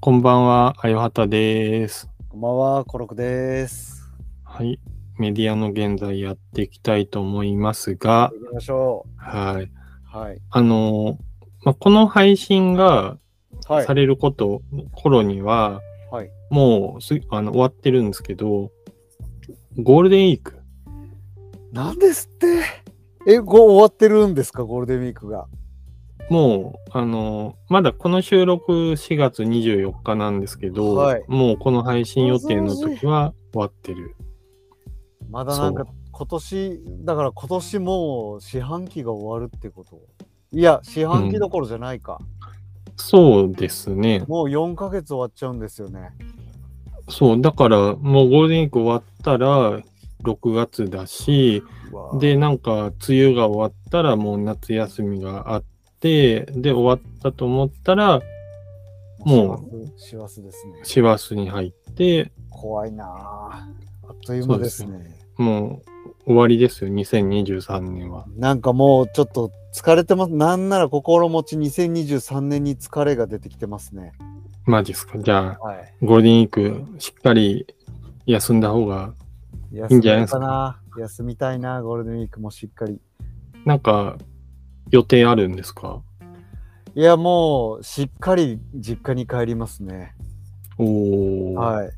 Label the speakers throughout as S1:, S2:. S1: こんばんは、あよはたです。
S2: こんばんは、コロクです。
S1: はい。メディアの現在やっていきたいと思いますが
S2: 行、きましょ
S1: はい。
S2: う。はい。
S1: あのー、まあ、この配信が
S2: はい
S1: さ。れること、頃には、
S2: はい。
S1: もうすあの終わってるんですけど、ゴールデンウィーク。
S2: なんですってえ、ご終わってるんですか、ゴールデンウィークが。
S1: もう、あのー、まだこの収録4月24日なんですけど、
S2: はい
S1: もうこの配信予定の時は終わってる。
S2: まだなんか
S1: そ
S2: 今年、だから今年もう四半期が終わるってこと。いや、四半期どころじゃないか。
S1: そうですね。
S2: もう4ヶ月終わっちゃうんですよね。
S1: そう、だからもうゴールデンウィーク終わったら6月だし、
S2: うわー、
S1: で、なんか梅雨が終わったらもう夏休みがあって、で、終わったと思ったらも
S2: う師走。師走ですね。
S1: 師走に入って、
S2: 怖いなああっという間です
S1: そう
S2: ね。
S1: もう終わりですよ、2023年は。
S2: なんかもうちょっと疲れてます。なんなら心持ち2023年に疲れが出てきてますね。
S1: マジっすか。じゃあ、
S2: はい。
S1: ゴールデンウィークしっかり休んだ方が、
S2: 休
S1: いいん
S2: み
S1: じゃないで
S2: たい
S1: すか
S2: な。休みたいな、ゴールデンウィークもしっかり。
S1: なんか予定あるんですか
S2: いや、もう、しっかり実家に帰りますね。
S1: おー、
S2: はい。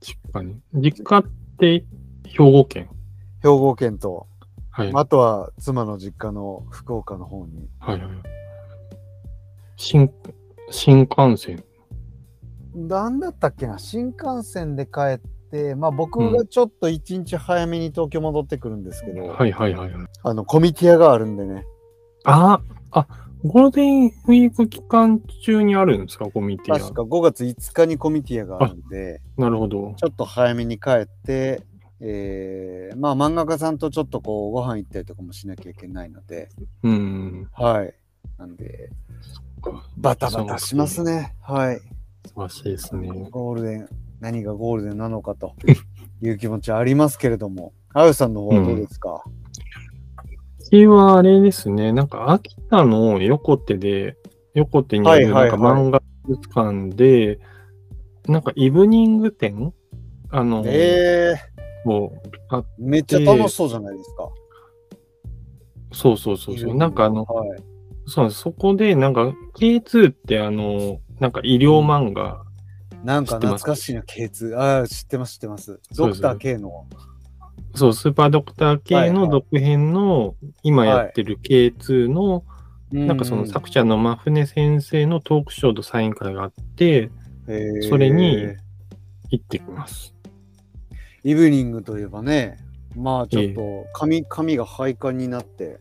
S1: 実家に。実家って兵庫県。
S2: 兵庫県と、
S1: はい。
S2: あとは妻の実家の福岡の方に。
S1: はいはいはい。新、新幹線。
S2: なんだったっけな、新幹線で帰って、まあ僕
S1: う
S2: がちょっと一日早めに東京戻ってくるんですけど、
S1: はいはいはいはい。
S2: あの、コミティアがあるんでね。
S1: あ、あ、ゴールデンウィーク期間中にあるんですか、コミュニティ
S2: 確
S1: は。
S2: か5月5日にコミティアがあるんで、
S1: なるほど。
S2: ちょっと早めに帰って、えー、まあ漫画家さんとちょっとこうご飯行ったりとかもしなきゃいけないので、
S1: うん。
S2: はい。なんで、バタバタしますね。はい。
S1: 素晴らしいですね。
S2: ゴールデン、何がゴールデンなのかという気持ちはありますけれども、あゆさんの方はどうですか、
S1: うちはあれですね、なんか秋田の横手で、横手にある
S2: は
S1: ないん
S2: は
S1: か
S2: いはい
S1: 漫画美術館で、なんかイブニング展あの、
S2: えー、
S1: もう、あ、
S2: めっちゃ楽しそうじゃないですか。
S1: そうそうそうそう、なんかあの、
S2: はい、
S1: そう、そこで、なんか、K2 って、あの、なんか医療漫画、
S2: なんか
S1: 知ってま
S2: 懐
S1: す
S2: かしいな、K2。ああ、知ってます、知ってます。
S1: そう
S2: ド
S1: で
S2: ク
S1: す
S2: ター K の。
S1: そう、スーパードクター系
S2: はいは
S1: の
S2: い
S1: 続編の、今やってる K2 の、なんかその作者の真船先生のトークショーとサイン会があって、
S2: うん、えー
S1: それに行ってきます。
S2: イブニングといえばね、まあちょっと髪,、髪が廃刊になって、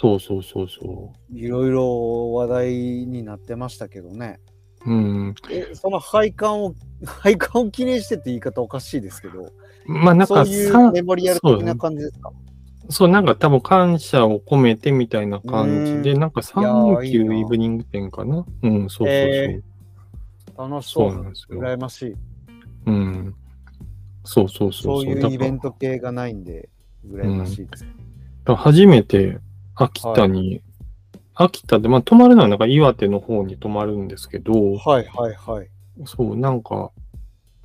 S1: そうそうそうそ
S2: いろいろ話題になってましたけどね。
S1: う。うん。
S2: えその配管を、配管を記念してって言い方おかしいですけど、
S1: まあ、なん
S2: そ
S1: か
S2: うい
S1: さ
S2: うメモリアル的な感じですか
S1: そう、なんか多分感謝を込めてみたいな感じで、なんか
S2: いや
S1: 3
S2: ーいい
S1: 級
S2: な
S1: イブニング展かな。うん、そうそうそう。
S2: え楽し
S1: そ
S2: そ
S1: うな
S2: う。
S1: んですよ。
S2: 羨ましい。
S1: うん。そうそうそ
S2: そうう
S1: そう。
S2: いう
S1: だ
S2: イベ
S1: から
S2: ント系がないんで、羨ましいです。
S1: 初めて秋田に、秋田で、まあ、泊まるのはなんか岩手の方に泊まるんですけど、
S2: はいはいはい。
S1: そう、なんか、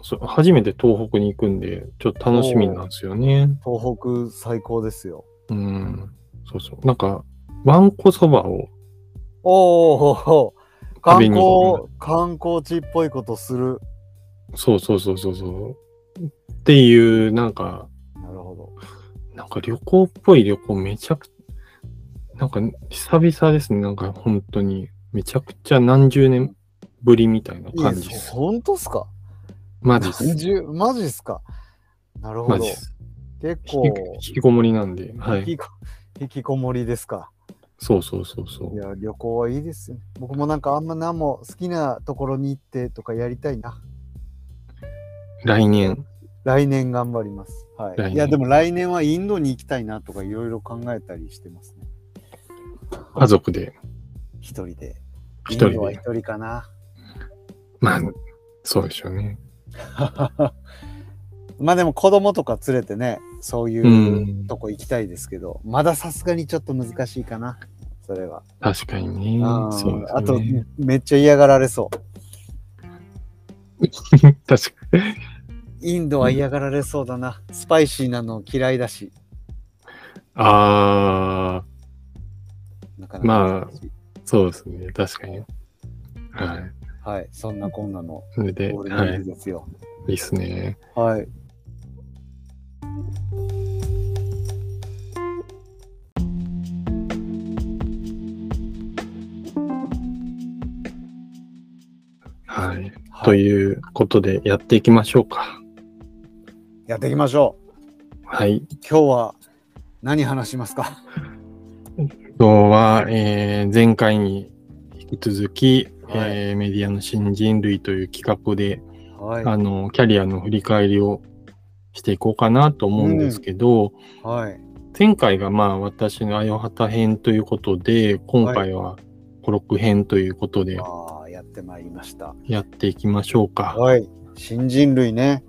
S1: そう初めて東北に行くんで、ちょっと楽しみなんですよね。
S2: 東北最高ですよ。
S1: うん。そうそう。なんか、わんこそばを、
S2: おお観
S1: 食べに
S2: 光
S1: 行、
S2: 観光地っぽいことする。
S1: そうそうそうそうそう。っていう、なんか、
S2: なるほど。
S1: なんか旅行っぽい旅行めちゃくなんか久々ですね。なんか本当に、めちゃくちゃ何十年ぶりみたいない
S2: や
S1: 感じです。
S2: 本当っすか
S1: マジっす。
S2: じゅマジっすかなるほ
S1: マ
S2: ど
S1: ジっ。す。
S2: 結
S1: 引
S2: 構
S1: き引きこもりなんで、は
S2: 引
S1: い。
S2: きこ、引きこもりですか。
S1: そうそうそうそ。
S2: いうや、旅行はいいですよ。僕もなんかあんま何も好きなところに行ってとかやりたいな。
S1: 来年。
S2: 来年頑張ります。は
S1: 来
S2: い。
S1: 年
S2: いや、でも来年はインドに行きたいなとかいろいろ考えたりしてますね。
S1: 家族で、
S2: 一人で。
S1: 一
S2: インド
S1: 人
S2: は
S1: で
S2: 一。人かな。
S1: まあ、そうでしょうね。
S2: まあでも子供とか連れてね、そういうんうとこ行きたいですけど、まださすがにちょっと難しいかな。それは。
S1: 確かにね
S2: あ。
S1: そうですね。
S2: あと、めっちゃ嫌がられそ う。
S1: 確かに。
S2: インドは嫌がられそうだな。スパイシーなの嫌いだし。
S1: ああ、
S2: なかなか難しい
S1: そうですね。確かに。は
S2: はい、そんなこんなの
S1: い。それで、
S2: ゴールデンウ
S1: は
S2: ィー
S1: い
S2: ク。ですよ。
S1: いいっすね。
S2: はい。
S1: はい。
S2: は
S1: と
S2: い、
S1: いうことで、やっていきましょうか。
S2: やっていきましょう。
S1: はい。
S2: 今日は何話しますか
S1: 今日は、えー前回に引き続き、
S2: はい
S1: えーメディアの新人類という企画で、
S2: はい。
S1: あの、キャリアの振り返りをしていこうかなと思うんですけど、
S2: はい。
S1: 前回がまあ私のあよはた編ということで、今回はコロック編ということで
S2: ああ、やってまいりました。
S1: やっていきましょうか。
S2: はい。新人類ね。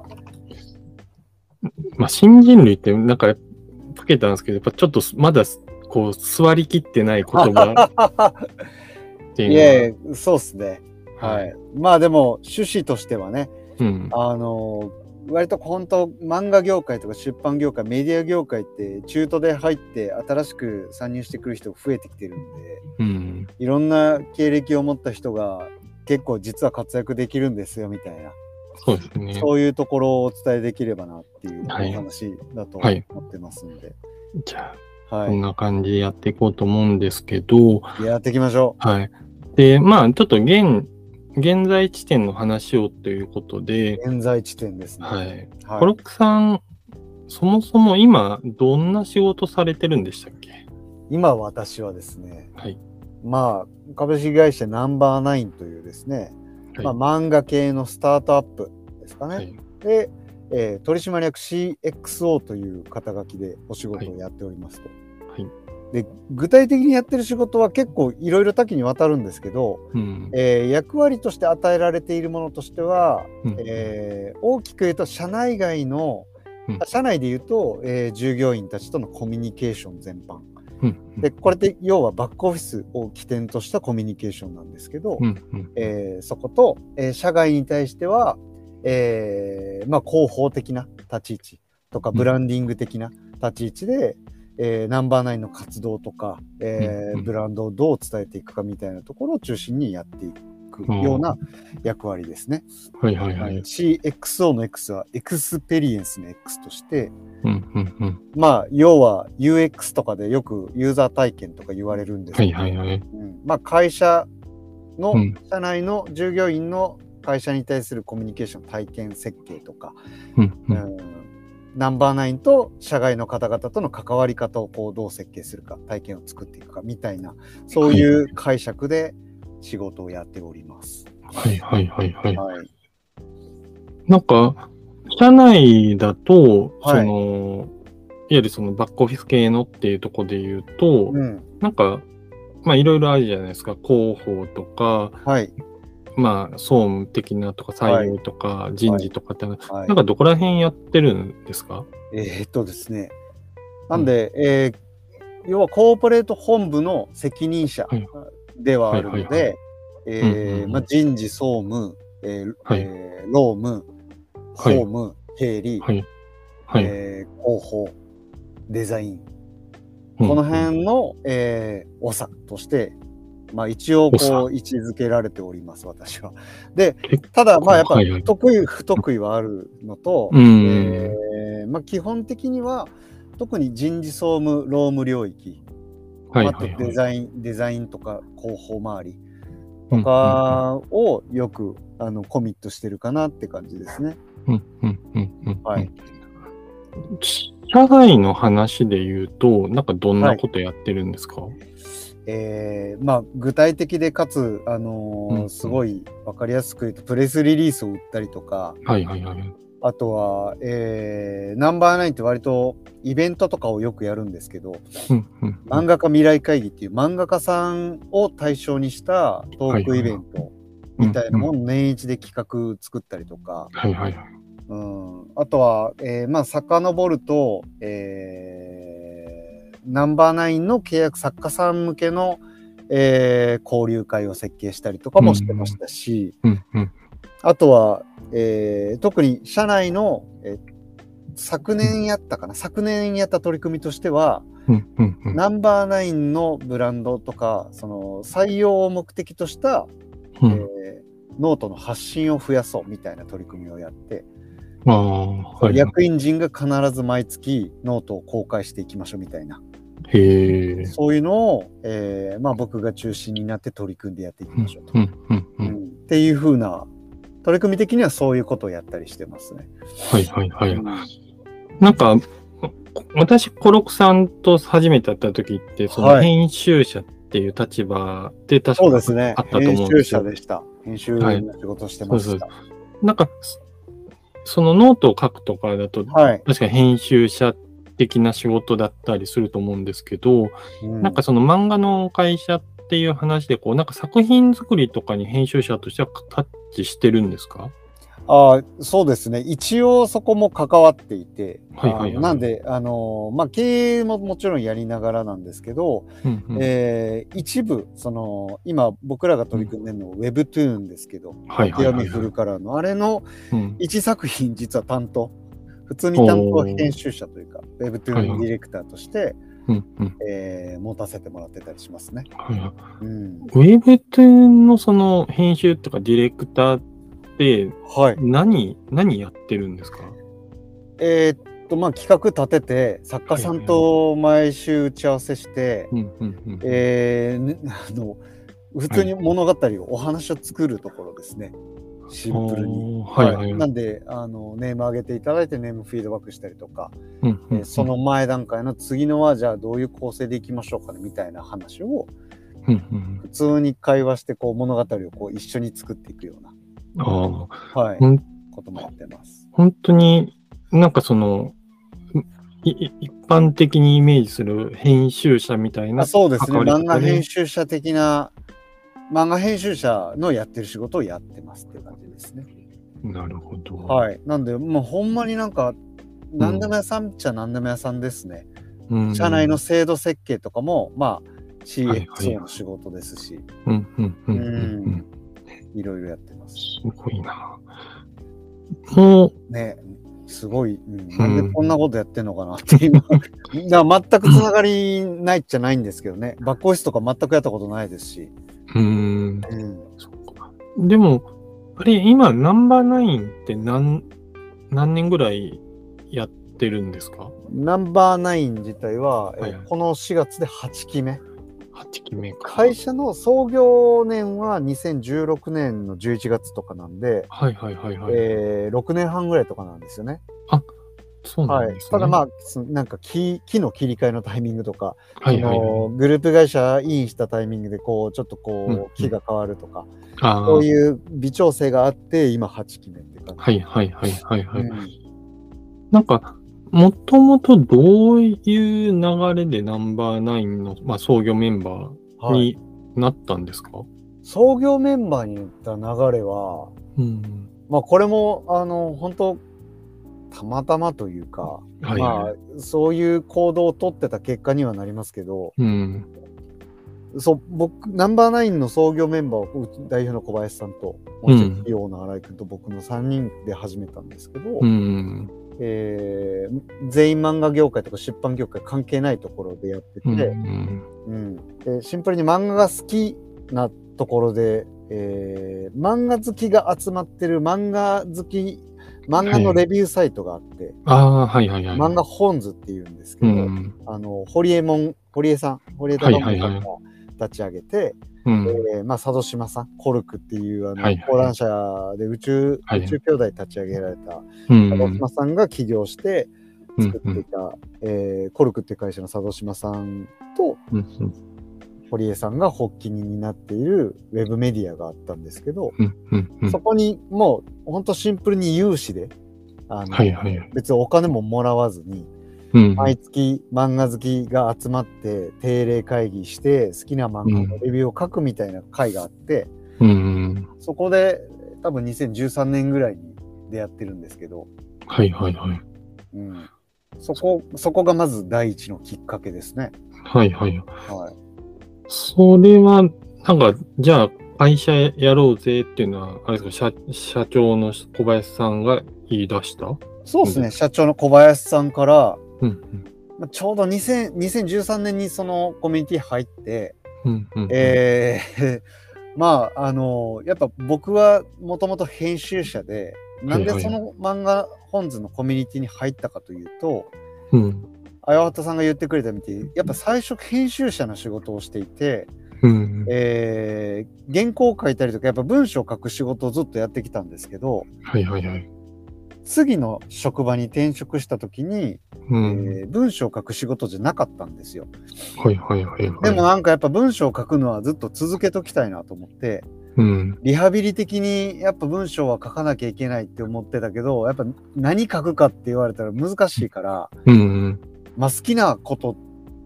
S1: まあ新人類ってなんか、かけたんですけど、やっぱちょっとまだこう座りきってない言 葉って
S2: い
S1: いうの
S2: やいや、そうっすね。
S1: は
S2: はい。まあでも、趣旨としてはね、
S1: うん。
S2: あのー割と本当漫画業界とか出版業界メディア業界って中途で入って新しく参入してくる人が増えてきてるんで
S1: うん。
S2: いろんな経歴を持った人が結構実は活躍できるんですよみたいな、
S1: そうですね。
S2: そういうところをお伝えできればなっていうお
S1: はい
S2: 話だと
S1: はい
S2: 思ってますんで、
S1: じゃあ、
S2: はい
S1: こんな感じでやっていこうと思うんですけど、
S2: やっていきましょ
S1: はい。で、まあ、ちょっと現、現在地点の話をということで、
S2: う現在地点ですね、
S1: はい。
S2: はい
S1: コロックさん、そもそも今、どんな仕事されてるんでしたっけ
S2: 今私はですね
S1: はい。
S2: まあ株式会社ナンバーナインというですね、
S1: はい
S2: まあ、漫画系のスタートアップですかね、
S1: はい。
S2: で、えー取締役 CXO という肩書きでお仕事をやっておりますと。
S1: はいは
S2: で具体的にやってる仕事は結構いろいろ多岐にわたるんですけど、
S1: うん。
S2: えー役割として与えられているものとしては、
S1: うん
S2: えー大きく言うと社内外の、
S1: うん
S2: 社内で言うと、えー従業員たちとのコミュニケーション全般
S1: うん
S2: でこれって要はバックオフィスを起点としたコミュニケーションなんですけど、
S1: うん。うん。
S2: えーそこと、えー社外に対しては、えーまあ、広報的な立ち位置とか
S1: うん
S2: ブランディング的な立ち位置で、えーナンバーナインの活動とか、えー
S1: うん
S2: ブランドをどう伝えていくかみたいなところを中心にやっていくような役割ですね。
S1: はいはい
S2: は
S1: はいい。
S2: CXO の X はエクスペリエンスの X として、
S1: うん。うん。うん。
S2: まあ、要は UX とかでよくユーザー体験とか言われるんです
S1: は
S2: け
S1: い
S2: ど、
S1: はいはい。
S2: うんまあ、会社の
S1: うん
S2: 社内の従業員の会社に対するコミュニケーション体験設計とか、
S1: うん。う。
S2: うんナンバーナインと社外の方々との関わり方をこうどう設計するか体験を作っていくかみたいなそういう解釈で仕事をやっております。
S1: はいはいはいはい。
S2: はい、
S1: なんか、社内だと、
S2: は
S1: そ
S2: い
S1: の、いわゆるそのバックオフィス系のっていうところで言うと、
S2: うん
S1: なんか、まあいろいろあるじゃないですか。広報とか、
S2: はい
S1: まあ総務的なとか採用とか人事とかって、
S2: はい
S1: なんかどこら辺やってるんですか
S2: えーっとですね。なんで、えー要はコーポレート本部の責任者
S1: はい
S2: ではある
S1: はい
S2: の
S1: はいは
S2: で、
S1: うんうん
S2: え
S1: う
S2: ー
S1: ん
S2: まあ人事、総務、えー
S1: はい
S2: えー労務、法
S1: はい
S2: 務、経理、
S1: はい。はい。
S2: えー広報、デザイン、
S1: うん
S2: この辺の、えー、長として、まあ、一応こう位置づけられております、私は。で
S1: 結、
S2: ただ、まあ、やっぱ
S1: はいはい
S2: 得意、不得意はあるのと、
S1: うん
S2: えーまあ、基本的には、特に人事総務、労務領域、
S1: はい
S2: あ
S1: はい
S2: と
S1: は
S2: デ
S1: い。
S2: ザイン、デザインとか広報周り
S1: うん
S2: とかをよくあのコミットしてるかなって感じですね。
S1: うんうんうんうんうん
S2: はい。
S1: 社外の話で言うと、なんかどんなことやってるんですか、
S2: えーまあ、具体的でかつ、あのー
S1: うん
S2: すごい分かりやすく言うとプレスリリースを売ったりとか
S1: はい、はいはいはい。
S2: あとは、えーナンバーナインって割とイベントとかをよくやるんですけど
S1: うんうん
S2: 漫画家未来会議っていう漫画家さんを対象にしたトークイベントみたいなものを年一で企画作ったりとか、
S1: はいはいはい。
S2: うん、あとは、えーまあ遡ると、えーナンバーナインの契約作家さん向けの、えー交流会を設計したりとかもしてましたし、
S1: うんうん
S2: あとは、えー特に社内の、えー昨年やったかな、昨年やった取り組みとしては、
S1: うんうんうん。
S2: ナンバーナインのブランドとか、その採用を目的とした、
S1: う
S2: え
S1: ん、
S2: ーノートの発信を増やそうみたいな取り組みをやって、
S1: ああ、はい。
S2: 役員陣が必ず毎月ノートを公開していきましょうみたいな、
S1: へえ。
S2: そういうのを、えーまあ、僕が中心になって取り組んでやっていきましょうと。
S1: うんうんう。
S2: うんんっていう風な取り組み的にはそういうことをやったりしてますね。
S1: はいはいはい。なんか、こ私、コロクさんと初めて会った時って、その
S2: はい
S1: 編集者っていう立場で確
S2: そう
S1: か
S2: ですね
S1: あっ。たと思うん
S2: 編
S1: ですよ
S2: 集者でした。編集の仕事をしてました。
S1: なんか、そそのノートを書くとかだと、
S2: はい。
S1: 確かに編集者的な仕事だったりすると思うんですけど、
S2: うん
S1: なんかその漫画の会社っていう話で、こう、なんか作品作りとかに編集者としてはタッチしてるんですか
S2: あーそうですね。一応そこも関わっていて、
S1: はいはいはい
S2: あのなんで、あのーまあ、経営ももちろんやりながらなんですけど、
S1: うんうん
S2: えー一部、その、今僕らが取り組んでるのは Webtoon ですけど、
S1: はいはい
S2: 極
S1: は
S2: め
S1: い
S2: フ
S1: はい。
S2: ルからの、あれの
S1: うん
S2: 一作品実は担当、普通に担当編集者というか、Webtoon のディレクターとして、
S1: うんうん
S2: えー持たせてもらってたりしますね。
S1: はいはい
S2: うん、
S1: ウェブトゥーンのその編集とかディレクターって
S2: はい。
S1: 何、何やってるんですか
S2: えーっと、まあ、企画立てて、作家さんと毎週打ち合わせして、
S1: うんうんうん。
S2: えーねあの、普通に物語を、お話を作るところですね。シンプル
S1: お
S2: に。
S1: ーはいはいは。
S2: ないんであの、ネーム上げていただいて、ネームフィードバックしたりとか、
S1: うんうん
S2: えーその前段階の次のは、じゃあどういう構成でいきましょうかね、みたいな話を、
S1: うんうん
S2: 普通に会話して、こう、物語をこう一緒に作っていくような、
S1: うんああ、
S2: はい、
S1: ほん
S2: こともやってます。
S1: 本当になんかその、いい一般的にイメージする編集者みたいな。
S2: あそうです
S1: 関わ
S2: ね
S1: り方
S2: 漫画編集者的な漫画編集者のやってる仕事をやってますっていう感じですね
S1: なるほど。い。
S2: はいなんでもうほんまになんか何でも屋さんっちゃ何でも屋さんですね、
S1: うん、
S2: 社内の。制度設計とかもまあ
S1: はいはい
S2: CXO の仕事ですし、
S1: うんうんうんうんう。
S2: うんいろいろやってます
S1: すごいな。もう、
S2: ねすごい、うん、なんでこんなことやってんのかなって今だから全くつながりないっちゃないんですけどねバックオフィスとか全くやったことないですし、
S1: うん。
S2: うん、
S1: そっかでも、あれ、今、ナンバーナインって何、何年ぐらいやってるんですか
S2: ナンバーナイン自体は、えー
S1: はいはい
S2: この4月で8期目
S1: ?8 期目か。
S2: 会社の創業年は2016年の11月とかなんで、
S1: はいはいはいはい。
S2: えー6年半ぐらいとかなんですよね。
S1: そうな
S2: は
S1: ん
S2: い
S1: ですね。
S2: ただま
S1: あ、
S2: あそなんか木木の切り替えのタイミングとか、
S1: はいはいは
S2: あ
S1: い、
S2: のグループ会社インしたタイミングでこうちょっとこう、
S1: うん
S2: 木が変わるとか
S1: あー
S2: こういう微調整があって今8期目って感じ。
S1: はいはいはいはいはい。
S2: うん
S1: なんか、もともとどういう流れでナンバーナインの、まあ、創業メンバー
S2: はい、
S1: になったんですか、
S2: 創業メンバーに言った流れは
S1: うん。
S2: まあこれもあの本当たまたまというか、
S1: はい、
S2: まあそういう行動をとってた結果にはなりますけど、
S1: うん。
S2: そう僕ナンバーナインの創業メンバーをう代表の小林さんと、もう一人企業の新井君と僕の3人で始めたんですけど、
S1: うん。
S2: えー全員漫画業界とか出版業界関係ないところでやってて、
S1: うん。
S2: うんでシンプルに漫画が好きなところで、えー漫画好きが集まってる漫画好き漫画のレビューサイトがあって、
S1: ああ、はいはいはい。
S2: 漫画本図っていうんですけ
S1: う
S2: ど、
S1: ん。
S2: あの堀江門堀江さん堀江隆
S1: はい
S2: 文
S1: はいは
S2: さん
S1: い
S2: が立ち上げて、
S1: うん。
S2: えーまあ、佐渡島さんコルクっていうあの、
S1: はいはい
S2: 講談社で宇宙、
S1: はい
S2: 宇宙兄弟立ち上げられた
S1: うん。
S2: 佐渡島さんが起業して
S1: う
S2: 作
S1: ん
S2: っていた、えーコルクっていう会社の佐渡島さんと
S1: うん
S2: 堀江さんが発起人になっているウェブメディアがあったんですけど、
S1: うんうんうん
S2: そこにもう本当シンプルに有志であの、
S1: はいはいはい。
S2: 別にお金ももらわずに
S1: うん
S2: 毎月漫画好きが集まって定例会議して好きな漫画のレビューを書くみたいな会があって、
S1: うん。
S2: そこで多分2013年ぐらいに出会ってるんですけど、
S1: はいはいはい。
S2: うん、そこそこがまず第一のきっかけですね。
S1: はいはい。
S2: はい、
S1: それは、なんか、じゃあ、会社やろうぜっていうのは、あれですか、社社長の小林さんが言い出したうん
S2: そうですね、社長の小林さんから、
S1: うん。
S2: まあちょうど2000 2013年にそのコミュニティ入って、
S1: うんうん、
S2: えー まああのやっぱ僕はもともと編集者でなんで
S1: はい
S2: そ
S1: はい
S2: の漫画本図のコミュニティに入ったかというと
S1: うん。
S2: 綾畑さんが言ってくれたみたいにやっぱ最初編集者の仕事をしていて、
S1: うん。
S2: えー原稿を書いたりとかやっぱ文章を書く仕事をずっとやってきたんですけど
S1: はいはいはい。
S2: 次の職場に転職した時に、
S1: うん。
S2: えー文章を書く仕事じゃなかったんですよ
S1: はいはいはいはい。
S2: でも、なんかやっぱ文章を書くのはずっと続けときたいなと思って
S1: うん。
S2: リハビリ的にやっぱ文章は書かなきゃいけないって思ってたけどやっぱ何書くかって言われたら難しいから、
S1: うん。
S2: まあ、好きなこと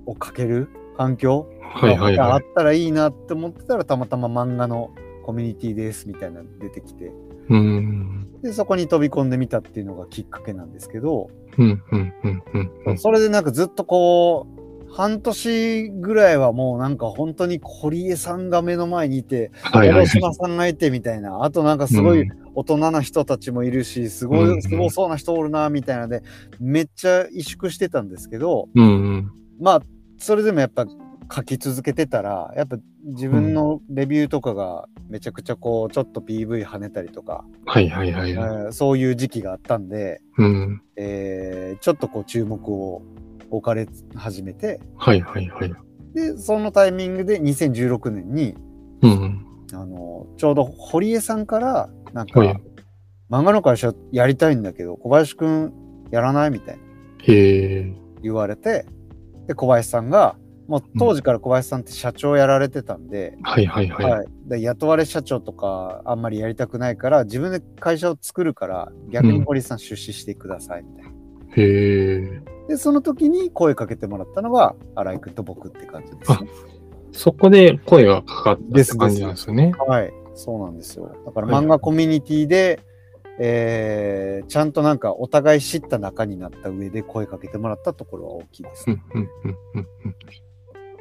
S2: を書ける環境
S1: はいはい
S2: があ
S1: は
S2: っ
S1: い。
S2: たらいいなって思ってたらたまたま漫画のコミュニティですみたいなの出てきて
S1: うん。
S2: でそこに飛び込んでみたっていうのがきっかけなんですけど
S1: うんうんうんうんうん。
S2: それでなんかずっとこう半年ぐらいはもうなんか本当に堀江さんが目の前にいて
S1: はいは
S2: 大
S1: いはい。
S2: 島さんがいてみたいなあとなんかすごい
S1: うん。
S2: 大人な人たちもいるしす
S1: う
S2: ご
S1: ん
S2: いすごそうな人おるなみたいなのでめっちゃ萎縮してたんですけど
S1: うんうん。
S2: まあそれでもやっぱ書き続けてたらやっぱ自分のレビューとかがめちゃくちゃこうちょっと PV 跳ねたりとか、
S1: はいはいはい
S2: え
S1: はい。
S2: ーそういう時期があったんで、
S1: うん。
S2: えーちょっとこう注目を置かれ始めて
S1: はいはいはい。
S2: でそのタイミングで2016年に
S1: うん。
S2: あのちょうど堀江さんからなんか、
S1: はい。
S2: 漫画の会社やりたいんだけど小林くんやらないみたいな
S1: へえ。
S2: 言われてで小林さんがもう当時から小林さんって社長やられてたんで,、
S1: はいはい
S2: はい
S1: はい。
S2: で雇われ社長とかあんまりやりたくないから自分で会社を作るから逆に堀さん出資してくださいみたいな、
S1: へえ。
S2: でその時に声かけてもらったのが新井くんと僕って感じです、ね、
S1: そこで声がかかったって感じなんですよね。
S2: はいそうなんですよだから
S1: はい
S2: 漫画コミュニティで、えーちゃんとなんかお互い知った仲になった上で声かけてもらったところは大きいですね、
S1: うんうんうんうんうん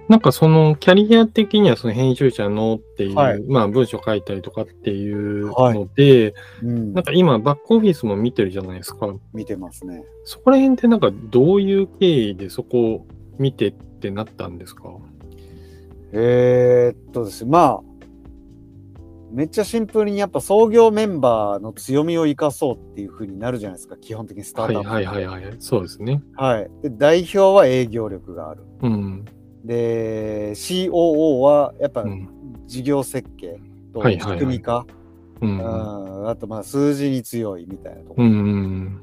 S1: なんかそのキャリア的にはその編集者のっていう、
S2: はい
S1: まあ文章書いたりとかっていう
S2: はい
S1: ので、
S2: うん
S1: なんか今バックオフィスも見てるじゃないですか。
S2: 見てますね。
S1: そこら辺ってなんかどういう経緯でそこを見てってなったんですか
S2: えーっとですね、まあ、めっちゃシンプルにやっぱ創業メンバーの強みを生かそうっていう風になるじゃないですか、基本的にスタ
S1: は
S2: ー
S1: い
S2: トアップ。
S1: はいはいはい。そうですね。
S2: はいで代表は営業力がある。
S1: うん。
S2: で、COO はやっぱ
S1: うん。
S2: 事業設計と
S1: はい
S2: 仕
S1: はいはい
S2: 組み化、
S1: うん。
S2: うんあとまあ数字に強いみたいなとこ
S1: う
S2: ろ、
S1: ん。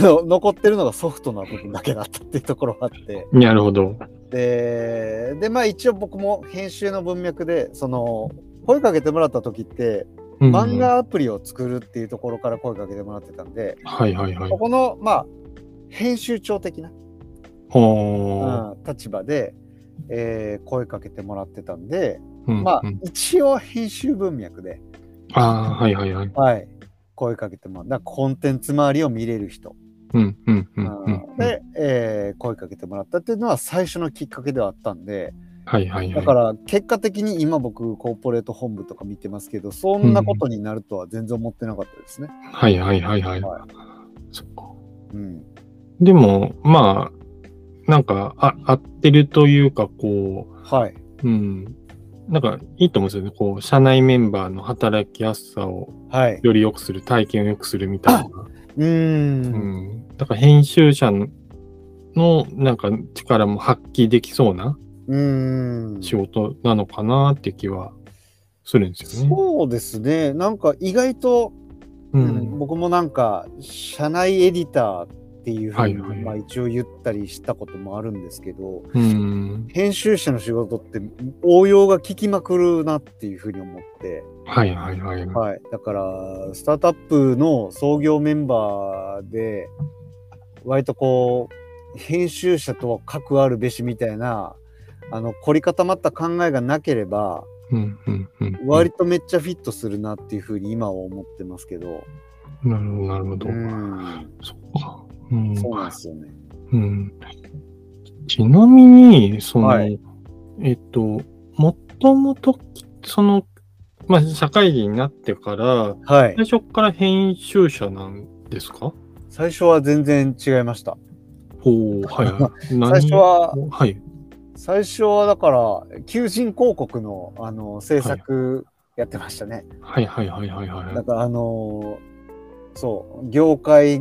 S2: の残ってるのがソフトな部分だけだったっていうところがあって。
S1: なるほど。
S2: ででまあ一応僕も編集の文脈でその声かけてもらった時って
S1: うん
S2: 漫画アプリを作るっていうところから声かけてもらってたんで、
S1: はいはいはい
S2: こ。このまあ編集長的な、
S1: はあ。
S2: うん立場で、えー声かけてもらってたんで、
S1: うん
S2: まあ
S1: うん
S2: 一応編集文脈で、
S1: あー、はいはいはい。
S2: はい、声かけてもらなんかコンテンツ周りを見れる人、
S1: うんうんうん
S2: う
S1: うんん。
S2: で、えー声かけてもらったっていうのは最初のきっかけではあったんで、
S1: はいはいは
S2: だ
S1: い。
S2: から結果的に今僕コーポレート本部とか見てますけどそんなことになるとは全然思ってなかったですね。
S1: はいはいはいはい。
S2: はい
S1: そっか。
S2: うん、
S1: でも、まあ、なんか、あ合ってるというか、こ
S2: はい、
S1: う、うん。なんか、いいと思うんですよね。こう、社内メンバーの働きやすさを
S2: はい、
S1: より良くする、体験を良くするみたいな。
S2: うー
S1: うんん。だから、編集者の、なんか、力も発揮できそうな
S2: うーん
S1: 仕事なのかなって気はするんですよね。
S2: そうですねなんか意外と、
S1: う
S2: うん
S1: ん。
S2: 僕もなんか社内エディターっていうふうに、
S1: はいはい
S2: まあ、一応言ったりしたこともあるんですけど
S1: うん。
S2: 編集者の仕事って応用が効きまくるなっていうふうに思って。
S1: はいはいはい。
S2: はい、だからスタートアップの創業メンバーで割とこう編集者とは核あるべしみたいなあの凝り固まった考えがなければ
S1: うんうんうん。
S2: 割とめっちゃフィットするなっていうふうに今は思ってますけど、
S1: なるほど、なるほど
S2: う。ん、
S1: そっか。うん。
S2: そうなんですよね。
S1: うんちなみに、その、
S2: はい
S1: えっと、もともと、その、まあ、社会人になってから、
S2: はい。
S1: 最初から編集者なんですか
S2: 最初は全然違いました。
S1: ほう、はいはい。
S2: 最初は、
S1: 何を、はい。
S2: 最初はだから、求人広告の、あの、制作やってましたね。
S1: はいはいはいはいはい。
S2: だから、あのーそう、業界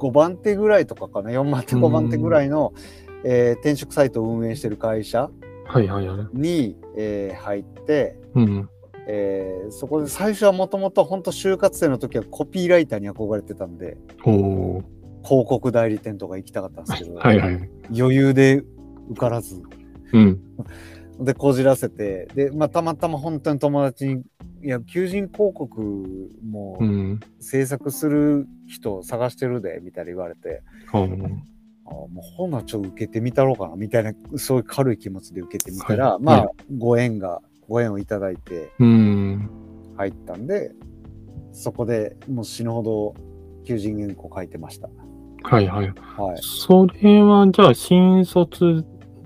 S2: 5番手ぐらいとかかな、4番手、5番手ぐらいの、えー転職サイトを運営してる会社
S1: はいはいはい。
S2: に、えー入って、
S1: うん。
S2: えーそこで最初はもともと本当就活生の時はコピーライターに憧れてたんで
S1: ほう。
S2: 広告代理店とか行きたかったんですけど、
S1: はいはい。
S2: 余裕で受からず
S1: うん。
S2: でこじらせてで、まあ、たまたま本当に友達に「いや求人広告も
S1: うん。
S2: 制作する人探してるで」みたいな言われて
S1: ほう。
S2: 「あもうほなちょっと受けてみたろうかな」みたいなそういう軽い気持ちで受けてみたら、
S1: はい
S2: まあ
S1: は
S2: ご縁がご縁をいただいて
S1: うん。
S2: 入ったんでそこでもう死ぬほど求人原稿書いてました。
S1: はいはい。
S2: はい、
S1: それは、じゃあ、新卒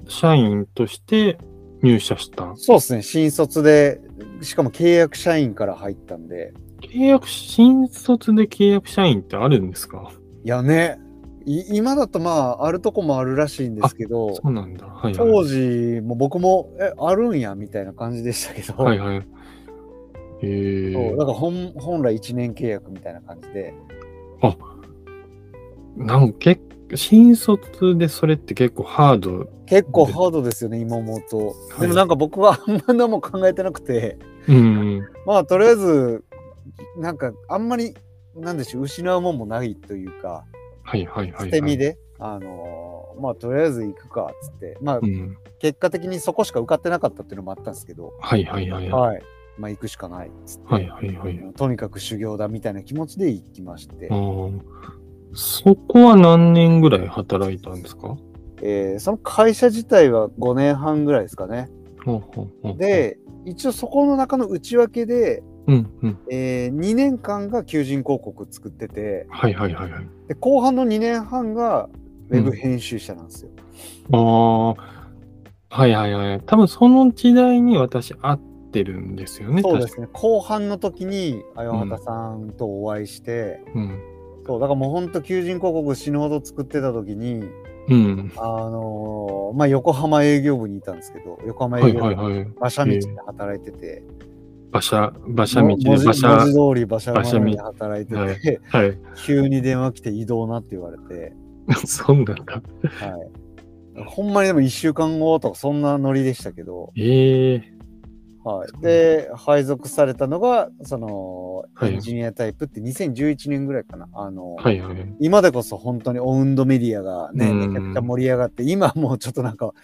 S1: 社員として入社した。
S2: そうですね新卒でしかも契約社員から入ったんで
S1: 契約、新卒で契約社員ってあるんですか
S2: いやねい今だとまああるとこもあるらしいんですけど
S1: そうなんだ。はいはい。
S2: 当時も僕もえあるんやみたいな感じでしたけど、
S1: はいはい。え
S2: そう
S1: ー
S2: だ、から本本来1年契約みたいな感じで
S1: なんか結構新卒でそれって結構ハード。
S2: 結構ハードですよね今思うと、
S1: はい
S2: でもなんか僕はあんま何も考えてなくて
S1: うん。
S2: まあとりあえずなんかあんまりなんでしょう失うもんもないというか
S1: はいはいは
S2: 捨
S1: い、
S2: て
S1: は
S2: 身
S1: い。
S2: で、あのーまあとりあえず行くかっつってまあ
S1: うん。
S2: 結果的にそこしか受かってなかったっていうのもあったんですけど、
S1: はいはいはい。は
S2: はいまあ行くしかないっつって
S1: いはいはい。
S2: とにかく修行だみたいな気持ちで行きまして、
S1: あーそこは何年ぐらい働いたんですか
S2: えーその会社自体は5年半ぐらいですかね。
S1: ほうほうほう
S2: で、一応そこの中の内訳で、
S1: うんうん。
S2: え2年間が求人広告作ってて
S1: はいはいはいはい。
S2: で、後半の2年半がウェブ編集者なんですよ。
S1: ああ、はいはいはい。多分その時代に私会ってるんですよね。
S2: そうで
S1: 確
S2: すね。後半の時に、あよはたさんとお会いして、
S1: かうん。
S2: そう、だからもうほんと求人広告死ぬほど作ってた時に、
S1: うん。
S2: あのーまあ、横浜営業部にいたんですけど、横浜
S1: は
S2: 営
S1: い
S2: 業
S1: は
S2: 部
S1: いはい。
S2: 馬車道で働いてて、
S1: 馬車、馬車道で
S2: 文字
S1: 馬車。
S2: 文
S1: は
S2: 字通り馬車
S1: 馬車道
S2: 道で働いてて、
S1: はい。
S2: 急に電話来て移動なって言われて、
S1: そうなんだ。
S2: はい、ほんまにでも1週間後とかそんなノリでしたけど、
S1: ええ
S2: はい、で配属されたのがその
S1: はい
S2: エンジニアタイプって2011年ぐらいかな。あの
S1: はいはい。
S2: 今でこそ本当にオウンドメディアがね、
S1: うん
S2: めちゃくちゃ盛り上がって、今もうちょっとなんか、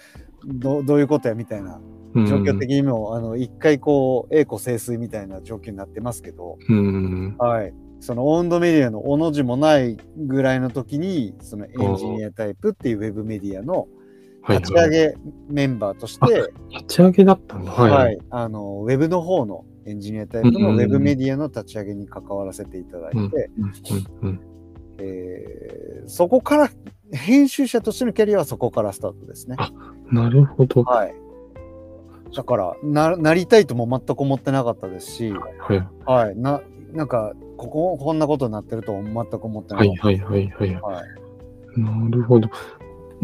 S2: どどういうことやみたいな
S1: うん
S2: 状況的にも、あの一回こう栄枯盛衰みたいな状況になってますけど、
S1: うん。
S2: はい。そのオウンドメディアのおの字もないぐらいの時に、そのエンジニアタイプっていうウェブメディアの
S1: はい
S2: 立ち上
S1: はい。
S2: げメンバーとして、はい、
S1: 立ち上げだったんだ。はい。
S2: あの、ウェブの方のエンジニアタイプの
S1: うんう
S2: ウ
S1: んうん
S2: ェブメディアの立ち上げに関わらせていただいて、
S1: うんうんうんうん
S2: えーそこから、編集者としてのキャリアはそこからスタートですね。
S1: あなるほど。は
S2: はい。だからな、なりたいとも全く思ってなかったですし、
S1: い
S2: はい。な、なんか、ここ、こんなことになってるとは全く思ってな
S1: は
S2: かっ
S1: いはいはいはい
S2: た。。はい
S1: なるほど。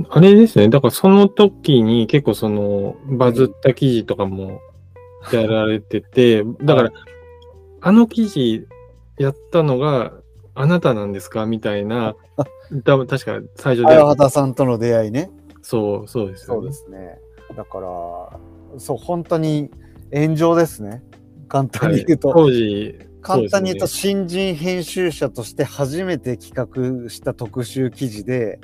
S1: あれですね。だからその時に結構そのバズった記事とかもやられてて、だからあの記事やったのがあなたなんですかみたいな、多分確か最初
S2: 綾
S1: で。
S2: 畑さんとの出会いね。
S1: そう、そうですよね。
S2: すね。だから、そう、本当に炎上ですね。簡単に言うと。
S1: 当時、
S2: 簡単に言うと、
S1: そ
S2: 新人編集者として初めて企画した特集記事で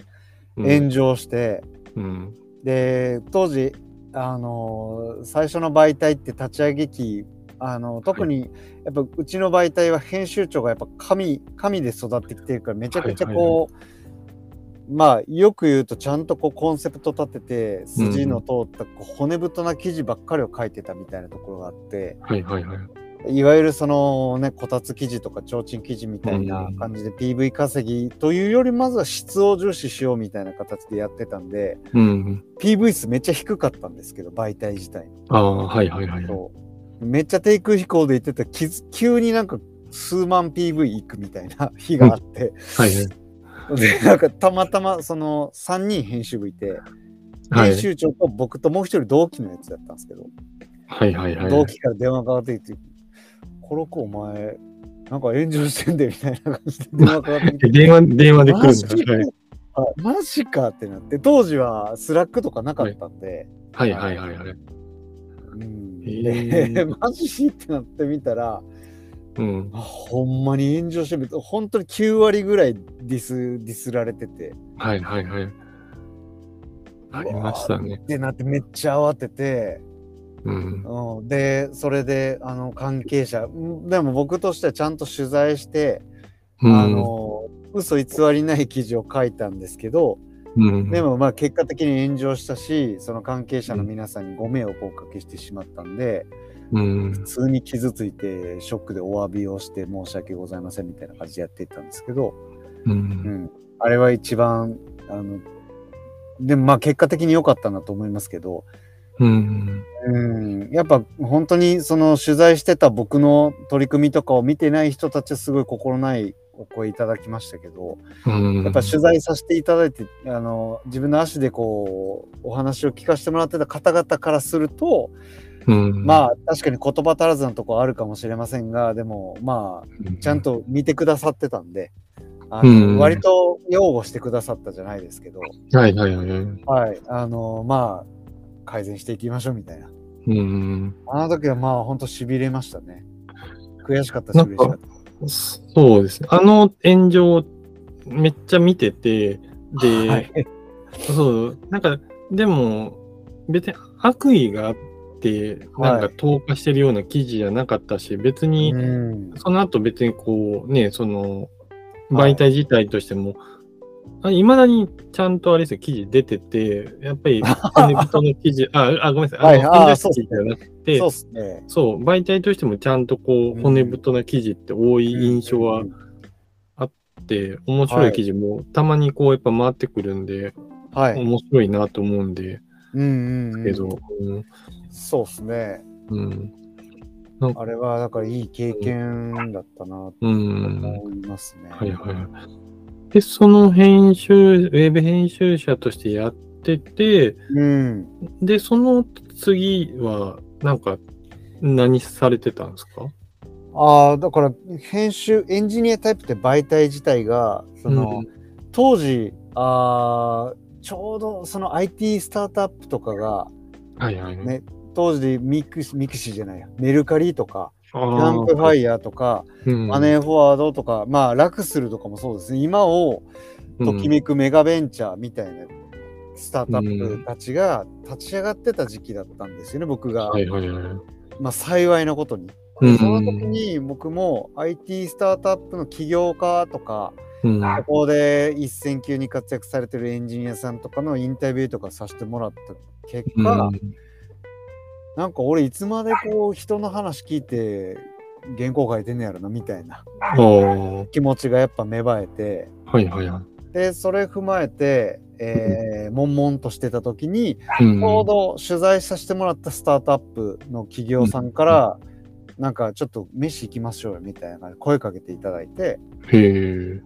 S1: うですね
S2: 炎上して、
S1: うんうん
S2: で、当時、あのー最初の媒体って立ち上げ機、あのー特に、やっぱうちの媒体は編集長がやっぱ神、神で育ってきてるから、めちゃくちゃこう、まあ、よく言うと、ちゃんとこうコンセプト立てて、筋の通ったこう骨太な記事ばっかりを書いてたみたいなところがあって、
S1: はいはいはい。
S2: いわゆるそのね、こたつ記事とか提灯記事みたいな感じで PV 稼ぎというより、まずは質を重視しようみたいな形でやってたんで、
S1: うん。
S2: PV 数めっちゃ低かったんですけど、媒体自体の。
S1: ああ、はいはいはい。
S2: そめっちゃ低空飛行で行ってたらき急になんか数万 PV 行くみたいな 日があって、
S1: はいはい。
S2: でなんかたまたまその3人編集部いて、
S1: は
S2: 編
S1: い
S2: 集長と僕ともう一人同期のやつだったんですけど、
S1: はいはいはい。
S2: 同期から電話がかかってきて「コロコお前なんか炎上してんで」みたいな感じで電話かかってきて
S1: え電話、電話で来
S2: マジ
S1: るん
S2: か
S1: だ。はい
S2: あマジかってなって当時はスラックとかなかったんで、
S1: はいはいはいはい。
S2: うん
S1: へ
S2: で
S1: ー
S2: マジってなってみたら
S1: うん。
S2: あほんまに炎上してみて本当に9割ぐらいディスディスられてて
S1: はいはいはい。ありましたね。
S2: でなってめっちゃ慌てて、
S1: うん。
S2: うん、でそれであの関係者うんでも僕としてはちゃんと取材して、
S1: う
S2: あ
S1: ん。
S2: の嘘偽りない記事を書いたんですけど、
S1: うん
S2: でもまあ結果的に炎上したしその関係者の皆さんにご迷惑をおかけしてしまったんで、
S1: うん
S2: 普。通に傷ついてショックでお詫びをして申し訳ございませんみたいな感じでやっていったんですけど、
S1: う。
S2: うんん、あれは一番あのでもまあ結果的に良かったなと思いますけど、
S1: うん。
S2: うん、やっぱ本当にその取材してた僕の取り組みとかを見てない人たちはすごい心ないお声いただきましたけど、
S1: うん。
S2: やっぱ取材させていただいて、あの自分の足でこうお話を聞かせてもらってた方々からすると、
S1: うん。
S2: まあ確かに言葉足らずなとこはあるかもしれませんがでもまあ
S1: うん、
S2: ちゃんと見てくださってたんであの、
S1: うん
S2: 割と擁護してくださったじゃないですけど、
S1: はいはいはいはい。うん
S2: はい、あのまあ改善していきましょうみたいな
S1: うん。
S2: あの時はまあ本当しびれましたね悔しかったし嬉しかった
S1: そうですね。あの炎上、めっちゃ見てて、で、
S2: はい
S1: そう、なんか、でも、別に悪意があって、なん
S2: は
S1: か
S2: い
S1: 投下してるような記事じゃなかったし、別に、
S2: うん
S1: その後別にこう、ね、その、
S2: はい
S1: 媒体自体としても、いまだにちゃんとあれですよ、記事出てて、やっぱ り、テレビとの記事、あ、あ、ごめんなさい、あの、
S2: はい
S1: 炎
S2: あー
S1: 上
S2: そうで
S1: 記
S2: すね
S1: 事じゃなくて
S2: そう、っすね
S1: そう、媒体としてもちゃんとこ
S2: うん
S1: う、骨太な記事って多い印象はあって、面白い記事もたまにこう、やっぱ回ってくるんで、
S2: はい
S1: 面白いなと思うんで、
S2: うんうんうん
S1: けど、うん。
S2: そうっすね
S1: うん。
S2: あれはだからいい経験だったなと
S1: うん。
S2: 思いますね。
S1: はいはいはい。で、その編集、ウェブ編集者としてやってて、
S2: うん。
S1: で、その次は、なんか、何されてたんですか
S2: ああだから編集エンジニアタイプって媒体自体がその、当時あーちょうどその IT スタートアップとかが
S1: はいはい。
S2: ね当時ミクシミクシーじゃないやメルカリとか
S1: あ
S2: キ
S1: ー
S2: ャンプファイヤーとか
S1: うん
S2: マネーフォワードとかまあラクスルとかもそうですね今をときめくメガベンチャーみたいなスタートアップたちが立ち上がってた時期だったんですよね、僕
S1: う
S2: が
S1: ん、はいはいはい。
S2: まあ、幸いなことに。
S1: うん
S2: その時に僕も IT スタートアップの起業家とか、
S1: うん。
S2: ここで一線級に活躍されてるエンジニアさんとかのインタビューとかさせてもらった結
S1: うん
S2: 果、なんか俺いつまでこう人の話聞いて原稿書いてんねやろなみたいな
S1: ああ。
S2: 気持ちがやっぱ芽生えて、
S1: はいはいは
S2: で、それ踏まえて、えー、悶々としてた時に、
S1: い。うん
S2: ちょうど取材させてもらったスタートアップの企業さんから、なんかちょっと飯行きましょうよみたいな感じで声かけていただいて、
S1: へえ。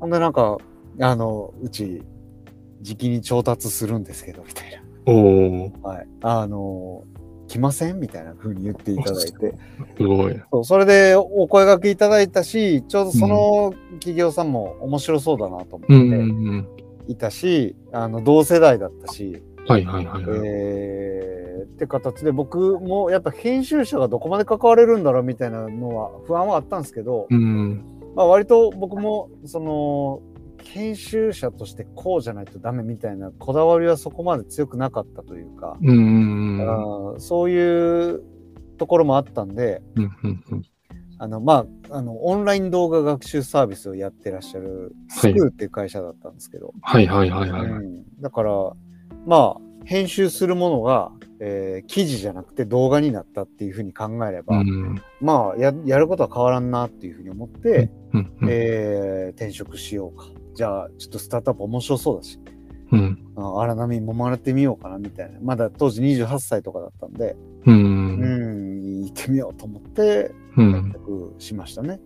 S2: ほんでなんか、あの、うち、時期に調達するんですけど、みたい
S1: おお。
S2: な。はい。あの、来ませんみたいな風に言っていただ いて。
S1: すごい。
S2: そうそれでお声掛けいただいたし、ちょうどその企業さんも面白そうだなと思
S1: うんう
S2: っ
S1: んうん。
S2: ていたし、あの、同世代だったし、
S1: はいはいはいはい。
S2: えーって形で僕もやっぱ編集者がどこまで関われるんだろうみたいなのは不安はあったんですけど、
S1: うん。
S2: まあ、割と僕もその編集者としてこうじゃないとダメみたいなこだわりはそこまで強くなかったというか、
S1: うんうんうん。
S2: あーそういうところもあったんで
S1: うんうんうん
S2: あのまああのオンライン動画学習サービスをやってらっしゃる
S1: は
S2: ス
S1: い
S2: クールっていう会社だったんですけど、
S1: はいはいはいはい。
S2: うん、だからまあ編集するものが、えー記事じゃなくて動画になったっていうふうに考えれ
S1: う
S2: ば、
S1: ん
S2: まあややることは変わらんなっていうふうに思って、
S1: うんうん
S2: えー転職しようかじゃあちょっとスタートアップ面白そうだし
S1: うん
S2: あ荒波もまれてみようかなみたいなまだ当時28歳とかだったんで、
S1: う
S2: うんんいいってってみようと思って、
S1: うん。
S2: 僕しましたね。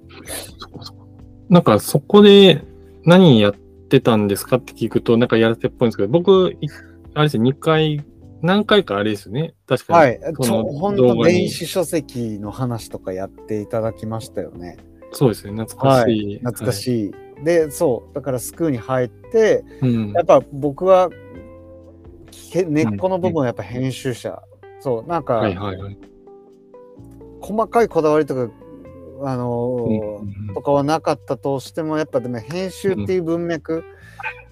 S1: そこそこなんかそこで何やってたんですかって聞くと、なんかやらせっぽいんですけど、僕、いあれですよ、2回、何回かあれですよね。確かに。
S2: はい。ち
S1: その
S2: ょ、ほん
S1: 動
S2: と
S1: 画に
S2: 電子書籍の話とかやっていただきましたよね。
S1: そうですよね。懐かしい。
S2: 懐かしい。で、そう。だからスクールに入って、
S1: い。うん
S2: や。っぱ僕は、け根っこの部分はやっぱ編集者。そう。なんか、
S1: はいはいはい。
S2: 細かいこだわりとか、あの
S1: うん
S2: ーとかはなかったとしてもやっぱでも編集っていう文脈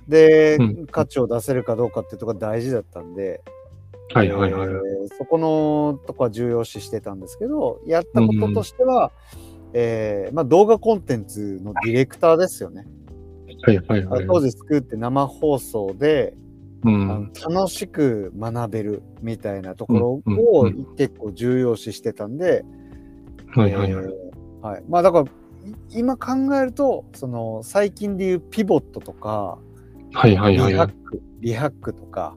S2: で
S1: うん
S2: 価値を出せるかどうかっていうところが大事だったんで、
S1: はいはいはいは
S2: え
S1: い。
S2: ーそこのとこは重要視してたんですけどやったこととしては、えーまあ、動画コンテンツのディレクターですよね、
S1: はいはいはい
S2: 当
S1: はい。
S2: 時作って生放送で、
S1: う
S2: あ
S1: ん。
S2: の楽しく学べるみたいなところ
S1: う
S2: を
S1: んうん
S2: 結構重要視してたんで、
S1: はいはいはい
S2: え。ーはいまあだからい今考えるとその最近でいうピボットとか
S1: はいはい
S2: リハ
S1: はいは
S2: ッ
S1: い。
S2: クリハックとか、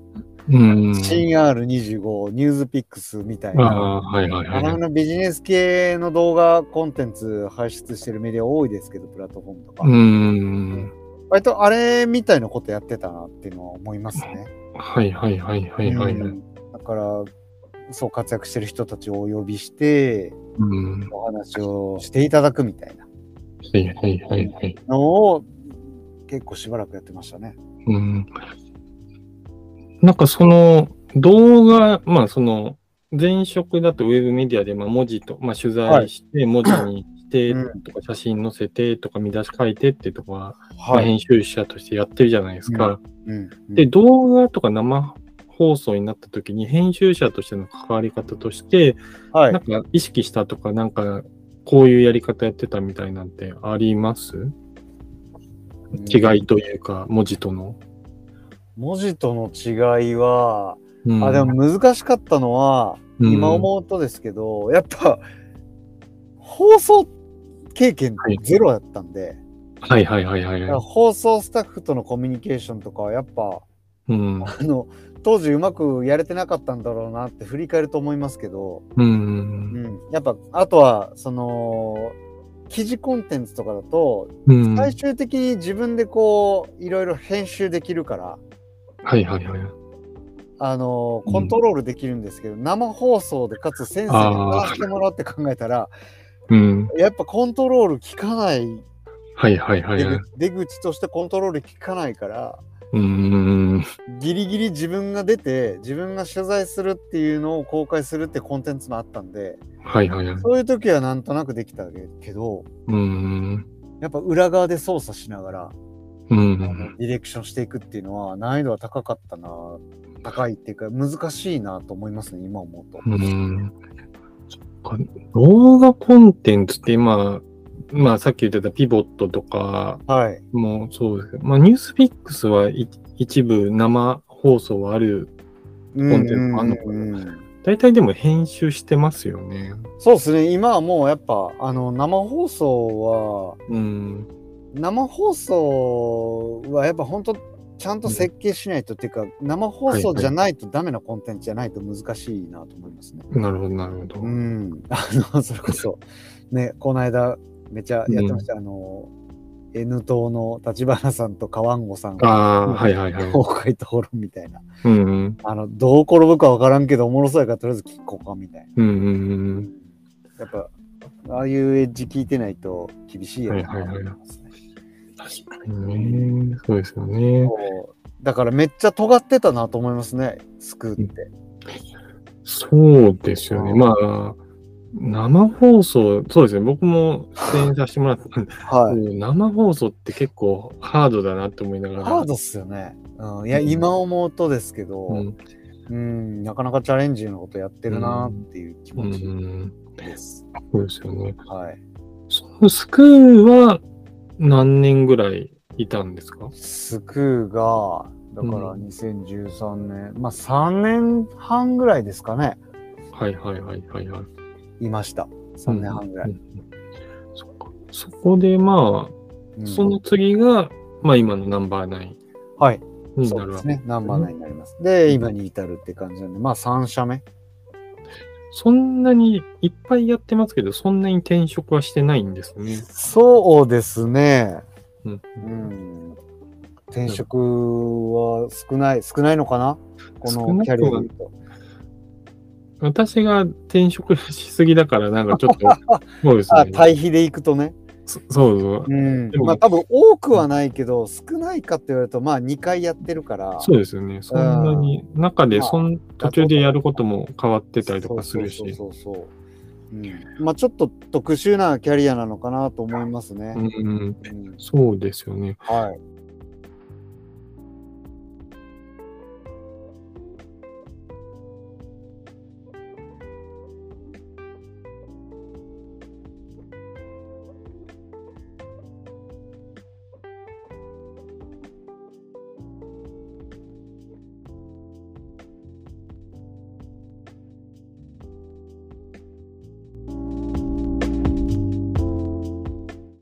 S1: うん。
S2: CR25 ニュースピックスみたい
S1: あ
S2: な。
S1: あ、はいはい
S2: あ
S1: はいは
S2: の
S1: い。
S2: のビジネス系の動画コンテンツ排出してるメディア多いですけど、プラットフォームとか。
S1: うん。
S2: 割とあれみたいなことやってたなっていうのは思いますね。
S1: はいはいはいはいはいは
S2: う
S1: い。
S2: んだから、そう活躍してる人たちをお呼びして、
S1: うん。
S2: お話をしていただくみたいな
S1: はいはいはいはい。
S2: のを結構しばらくやってましたね。
S1: うんなんかその動画、まあその前職だとウェブメディアでまあ文字と、まあ、取材して文字にして
S2: うん
S1: とか写真載せてとか見出し書いてってとかは、まあ
S2: い。
S1: 編集者としてやってるじゃないですか。
S2: うん、
S1: で、動画とか生放送になった時に編集者としての関わり方として、
S2: はい
S1: なん。か意識したとかなんかこういうやり方やってたみたいなんてあります違いというか文字との。
S2: 文字との違いは、
S1: うん
S2: あ、でも難しかったのは、
S1: うん
S2: 今思うとですけど、やっぱ、放送経験ゼロだったんで、
S1: はいはいはいはい
S2: だから
S1: はい。
S2: 放送スタッフとのコミュニケーションとかはやっぱ、
S1: うん。
S2: あの、当時うまくやれてなかったんだろうなって振り返ると思いますけど、
S1: う。
S2: うんん、やっぱ、あとは、その、記事コンテンツとかだと、
S1: うん。は
S2: 最
S1: い
S2: 終的に自分でこう、いろいろ編集できるから、
S1: はいはい。
S2: あの
S1: うん
S2: コントロールできるんですけど、生放送でかつ先生に
S1: あー
S2: 話してもらうって考えたら
S1: うん。
S2: やっぱコントロール効かない出,、
S1: はいはいはいはい。
S2: 出口としてコントロール効かないから
S1: うん。
S2: ギリギリ自分が出て自分が取材するっていうのを公開するってコンテンツもあったんで
S1: はいはいはい。
S2: そういう時はなんとなくできたけど
S1: うん。
S2: やっぱ裏側で操作しながら、
S1: う
S2: あの
S1: ん。
S2: ディレクションしていくっていうのは難易度は高かったな高いっていうか難しいなと思いますね今思うと。
S1: うん。そっか動画コンテンツって、まあ、まあさっき言ってたピボットとか
S2: はい、
S1: もそうですけど、まあニュースピックスはい一部生放送はある。
S2: コ
S1: ンテンツもあんのかな
S2: な
S1: 大体でも編集してますよね。
S2: そうですね、今はもうやっぱあの生放送は、
S1: うん。
S2: 生放送はやっぱ本当、ちゃんと設計しないと、っていうか、生放送じゃないとダメなコンテンツじゃないと難しいなと思いますね。
S1: なるほど、なるほど。
S2: うん、あのそれこそ、ね、この間、めちゃやってました、あの、N 党の立花さんと川んごさん
S1: あ
S2: が
S1: あ、はいはいはい。
S2: 公開討論みたいな、
S1: うん。
S2: あのどう転ぶか分からんけど、おもろそうやからとりあえず聞こうかみたいな。
S1: うん。うん。
S2: やっぱ、ああいうエッジ聞いてないと厳しいよなと
S1: はいはい
S2: 思
S1: はいい
S2: ますね。
S1: 確かにね。そうですよね。
S2: こうだからめっちゃ尖ってたなと思いますね、スクーって。
S1: そうですよね。
S2: うん
S1: まあ、生放送、そうですね。僕も出演させてもらったんで、
S2: はい。
S1: 生放送って結構ハードだなって思いながら。
S2: ハードっすよね。うん、いや、
S1: うん
S2: 今思うとですけど、う、
S1: うんん、
S2: なかなかチャレンジのことやってるなっていう気
S1: う
S2: 持ち
S1: ん、
S2: です。
S1: そうですよね。
S2: はい。
S1: そのスクールは何年ぐらいいたんですか
S2: スクーが、だから2013年、まあ3年半ぐらいですかね、
S1: はいはいはいはいはい。
S2: いました。3年半ぐらい。
S1: うんうんそっかそこでまあ、
S2: うん
S1: その次が、まあ今のナンバーナイ
S2: はい。
S1: ンに
S2: そ
S1: な
S2: う
S1: る
S2: で
S1: わ
S2: す
S1: け。
S2: ね。ナンバーナインになります。で、今に至るって感じなんで、まあ3社目。
S1: そんなにいっぱいやってますけど、そんなに転職はしてないんですね。
S2: そうですね。
S1: うん、
S2: うん。転職は少ない、少ないのかなこ
S1: 少な
S2: の
S1: くは
S2: キャリアで言うと。
S1: 私が転職しすぎだから、なんかちょっ と、そうです
S2: あ、
S1: ね。
S2: 対比でいくとね。
S1: そそうそう。
S2: うん
S1: で。も
S2: まあ多分多くはないけど、少ないかって言われると、まあ2回やってるから。
S1: そうですよね。そんなに、中でそん、途中でやることも変わってたりとかするし。
S2: そうそうそうそううん、まあちょっと特殊なキャリアなのかなと思いますね
S1: う。ん、うん
S2: うん
S1: そうですよね。
S2: はい。